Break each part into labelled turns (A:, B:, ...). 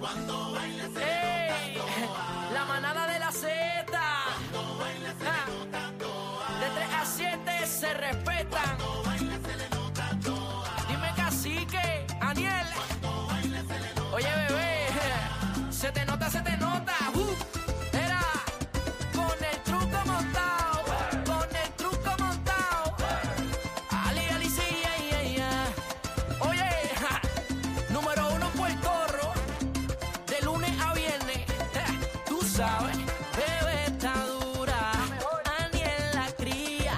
A: ¡Ey! La manada de la Z. Ja. De 3 a 7 se respetan. Dime cacique, Aniel. Oye, bebé. Se te nota, se te nota. Uh. Era con el truco montado. Con el truco montado. Ali, Ali, sí, ay, ay, ay. Oye, ja. número uno Puerto Rico. De lunes a viernes, eh, tú sabes. Bebé está dura, Daniel la cría.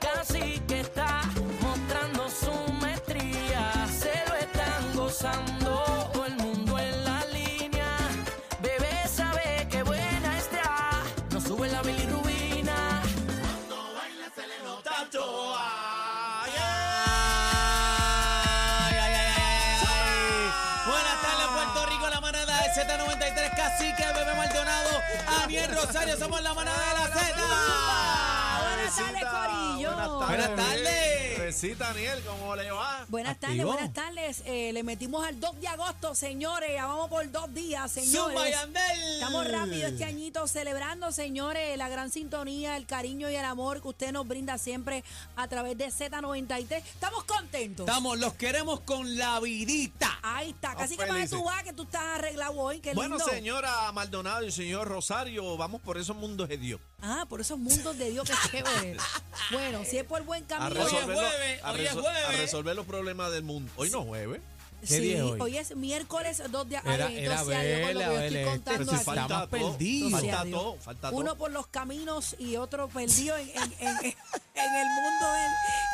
A: Casi que está mostrando su maestría. Se lo están gozando todo el mundo en la línea. Bebé sabe que buena está. No sube la bilirrubina.
B: Ay, ay, ay, ay, ay. Buenas tardes, Puerto Rico, la manada de Z93, Cacique, Bebé Maldonado, Aniel Rosario, somos la manada de la Z.
C: Buenas tardes, Corillo.
B: Buenas tardes.
D: Recita, Daniel, ¿cómo le va?
C: Buenas tardes,
B: Activo.
C: buenas tardes. Eh, le metimos al 2 de agosto, señores. Ya vamos por dos días,
B: Zumba
C: señores.
B: Yandel.
C: Estamos rápido este añito celebrando, señores, la gran sintonía, el cariño y el amor que usted nos brinda siempre a través de Z93. Estamos contentos.
B: Estamos, los queremos con la vidita.
C: Ahí está. Casi que
D: Estamos
C: más
D: felices.
C: tú vas, que tú estás arreglado hoy. Qué lindo.
D: Bueno, señora Maldonado y señor Rosario, vamos por esos mundos hediondos.
C: Ah, por esos mundos de Dios, qué chévere. bueno, si es por buen
D: A
C: camino.
B: Hoy
C: pues,
B: es
D: resolver, los-
B: jueves,
D: a
B: hoy es
D: reso-
B: jueves.
D: a resolver los problemas del mundo. Hoy no es jueves.
C: sí,
E: día es hoy?
C: es miércoles 2 de agosto.
E: Era- era vela, vela, este,
C: contando
E: pero si
C: aquí.
E: falta Estamos
D: todo,
E: perdidos.
D: Falta
C: Sí, adiós.
D: todo, falta todo.
C: Uno por los caminos y otro perdido en, en- en- en el mundo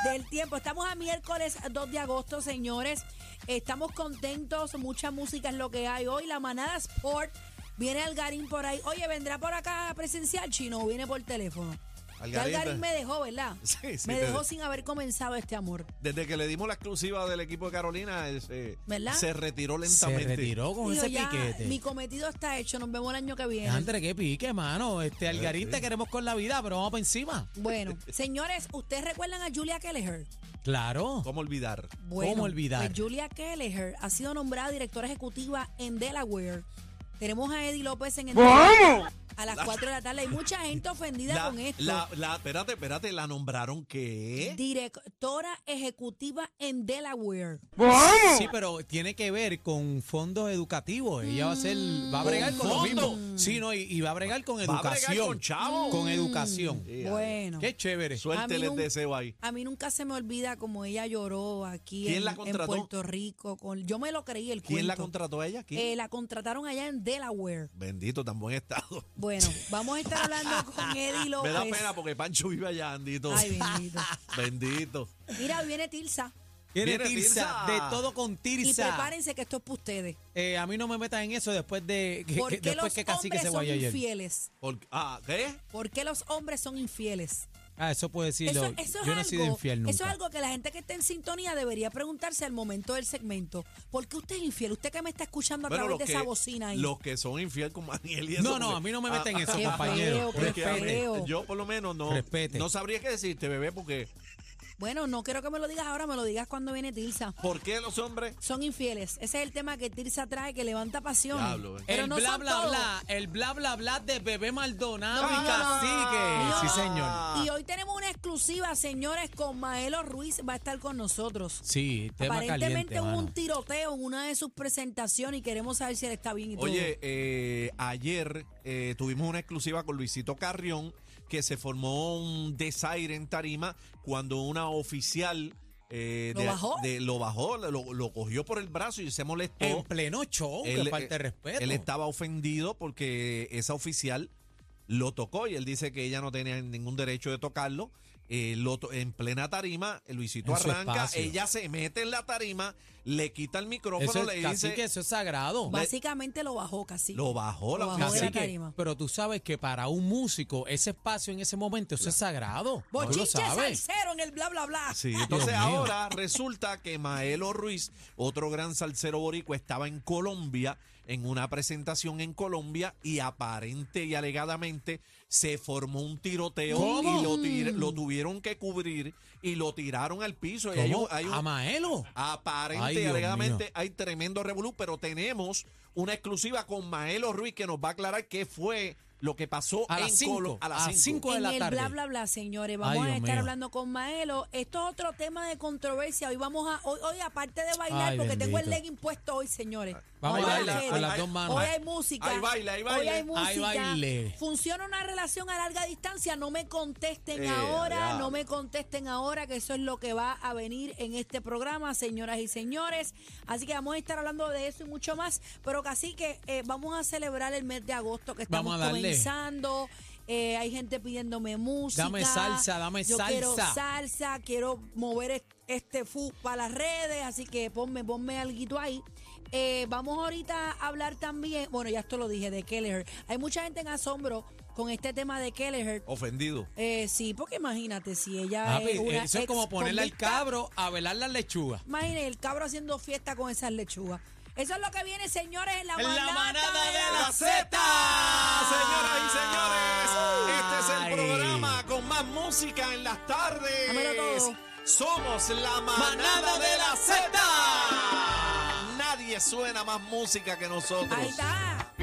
C: del, del tiempo. Estamos a miércoles 2 de agosto, señores. Estamos contentos, mucha música es lo que hay hoy. La manada Sport viene Algarín por ahí. Oye, ¿vendrá por acá presencial chino o viene por teléfono? Ya
D: Algarín,
C: Algarín me dejó, ¿verdad?
D: pues. Sí, sí,
C: me
D: te-
C: dejó sin haber comenzado este amor.
D: Desde que le dimos la exclusiva del equipo de Carolina, eh, se,
C: ¿Verdad?
D: se retiró
E: Se
D: lentamente.
E: retiró con
C: Digo,
E: ese
C: ya,
E: piquete.
C: mi cometido está hecho, nos vemos el año que viene.
E: Andre, qué pique, mano. Este
D: Eh,
E: Algarín te queremos con la vida, pero vamos para encima.
C: Bueno, señores, ¿ustedes recuerdan a Julia Kelleher?
E: Claro.
D: ¿Cómo olvidar?
C: Bueno,
E: ¿Cómo olvidar?
C: pues Julia Kelleher ha sido nombrada directora ejecutiva en Delaware. Tenemos a Eddie López en el a las 4 de la tarde. Hay mucha gente ofendida
D: La,
C: con esto.
D: la, la- espérate, espérate, la nombraron que
C: Directora ejecutiva en Delaware.
E: Sí, pero tiene que ver con fondos educativos. Ella va a ser,
C: Mm.
E: va a bregar con lo
D: fondo.
E: mismo. Sí, no, y, y va a bregar con
D: Va a bregar
E: educación.
D: con chavo.
E: Con educación.
C: bueno.
E: Qué chévere.
D: Suerte
C: A mí
D: les
C: nun-
D: deseo ahí.
C: A mí nunca se me olvida como ella lloró aquí
D: ¿Quién
C: en,
D: la
C: en
D: contrató?
C: Puerto Rico. Con, yo me lo creí el
D: ¿Quién la
C: cuento.
D: contrató a ella? ¿Quién?
C: Eh, la contrataron allá en Delaware.
D: Bendito, tan buen estado.
C: Bueno, vamos a estar hablando con Eddie
D: Me
C: López.
D: da pena porque Pancho vive allá, Andito.
C: Ay, bendito.
D: Bendito.
C: Mira, viene Tilsa.
E: Tiene
D: Viene
E: Tirsa.
D: Tirsa.
E: De todo con
C: Y
E: Tirsa.
C: prepárense que esto es para ustedes.
E: Eh, a mí no me metas en eso después de que,
C: ¿Por
E: que-
C: qué
E: después
C: los
E: que casi que
C: hombres
E: se
C: son
E: vaya ayer.
C: infieles?
D: Por- ah, ¿qué?
C: ¿Por qué los hombres son infieles?
E: Ah, eso puedes decirlo.
C: eso, eso es
E: Yo no
C: algo,
E: he sido infiel nunca.
C: Eso es algo que la gente que está en sintonía debería preguntarse al momento del segmento. ¿Por qué usted es infiel? Usted que me está escuchando a través de esa bocina ahí.
D: los que son infiel con Maniel y eso.
E: No, no,
D: porque-
E: a mí no me meten en
D: Ah,
E: eso,
C: Qué
E: compañero.
C: feo, qué
D: porque a mí- eh,
E: Respete.
C: feo.
D: Yo por lo menos no,
E: Respete.
D: no sabría qué decirte, bebé, porque
C: Bueno, no quiero que me lo digas ahora, me lo digas cuando viene Tirsa.
D: ¿Por qué los hombres?
C: Son infieles. Ese es el tema que Tirsa trae, que levanta pasión.
D: Diablo, eh.
C: Pero
E: el
C: no
E: bla
C: son
E: bla
C: todos.
E: bla, el bla bla bla de bebé Maldonado
D: No,
E: y
D: no, no,
C: Ah.
D: no, no,
E: Cacique.
D: no.
E: Sí, señor.
C: Y hoy tenemos una exclusiva, señores, con Maelo Ruiz va a estar con nosotros.
E: Sí, tema
C: Aparentemente
E: caliente.
C: hubo
E: mano.
C: un tiroteo en una de sus presentaciones y queremos saber si él está bien y todo.
D: Oye, eh, ayer eh, tuvimos una exclusiva con Luisito Carrión que se formó un desaire en Tarima cuando una oficial eh,
C: ¿Lo
D: de-
C: bajó?
D: de- lo bajó, lo, lo cogió por el brazo y se molestó.
E: En pleno show, que
D: Él,
E: falta de
D: eh,
E: respeto.
D: Él estaba ofendido porque esa oficial lo tocó y él dice que ella no tenía ningún derecho de tocarlo. Eh, lo to- en plena tarima, Luisito
E: En su
D: arranca,
E: espacio.
D: ella se mete en la tarima, le quita el micrófono,
E: Eso
D: le
E: es,
D: dice...
E: cacique, eso es sagrado.
C: Básicamente lo bajó casi.
D: Lo bajó la
C: Lo bajó
D: oficial.
C: de la
E: Cacique,
C: tarima.
E: pero tú sabes que para un músico ese espacio en ese momento eso es sagrado. Tú lo
C: Bochinche
E: sabes.
C: salsero en el bla bla bla.
D: Sí, entonces
E: Dios mío.
D: ahora resulta que Maelo Ruiz, otro gran salsero boricua, estaba en Colombia, en una presentación en Colombia, y aparente y alegadamente se formó un tiroteo
E: ¿Cómo? Mm.
D: y lo, tir- lo tuvieron que cubrir y lo tiraron al piso. Y hay un-
E: ¿Cómo?
D: hay un-
E: A Maelo.
D: aparente
E: Ay,
D: y
E: Dios
D: alegadamente
E: mío.
D: hay tremendo revolú, pero tenemos una exclusiva con Maelo Ruiz que nos va a aclarar qué fue lo que pasó
E: A
D: en
E: las cinco,
D: Colombia.
E: a las cinco. de
C: en
E: la
C: el
E: tarde.
C: bla bla bla, señores.
E: Ay,
C: Vamos a
E: Dios
C: estar
E: mío.
C: hablando con Maelo. Esto es otro tema de controversia. Hoy vamos a, hoy, hoy aparte de bailar,
E: Ay,
C: porque tengo el
E: bendito.
C: legging puesto hoy, señores.
E: Vamos
C: Hoy
E: a
C: hay
E: bailar
C: baile,
E: con las dos
C: Hoy
E: manos.
C: hay música.
D: Hay baile, hay
C: Hoy
D: baile.
C: hay
D: Hay
C: música.
E: baile.
C: Funciona una relación a larga distancia. No me contesten
D: Eh,
C: ahora,
D: diablo.
C: no me contesten ahora, que eso es lo que va a venir en este programa, señoras y señores. Así que vamos a estar hablando de eso y mucho más. Pero casi que eh, vamos a celebrar el mes de agosto que estamos
E: Vamos a darle.
C: comenzando. Eh, hay gente pidiéndome música.
E: Dame salsa, dame
C: Yo Quiero
E: salsa.
C: salsa, quiero mover es- este fu para las redes, así que ponme, ponme alguito ahí. Eh, vamos ahorita a hablar también, bueno, ya esto lo dije, de Kelleher. Hay mucha gente en asombro con este tema de Kelleher.
D: Ofendido.
C: Eh, sí, porque imagínate si ella
E: Papi,
C: es una
E: eso es como
C: ex
E: ponerle al
C: convicta.
E: cabro a velar las lechugas.
C: Imagínate, el cabro haciendo fiesta con esas lechugas. Eso es lo que viene, señores, en la
E: En
C: manada, de la
D: Z. Señoras y señores, este es
E: Ay.
D: el programa con más música en las tardes.
C: Dámelo todo.
D: Somos la manada, de la Z. Nadie suena más música que nosotros.
C: Ahí está.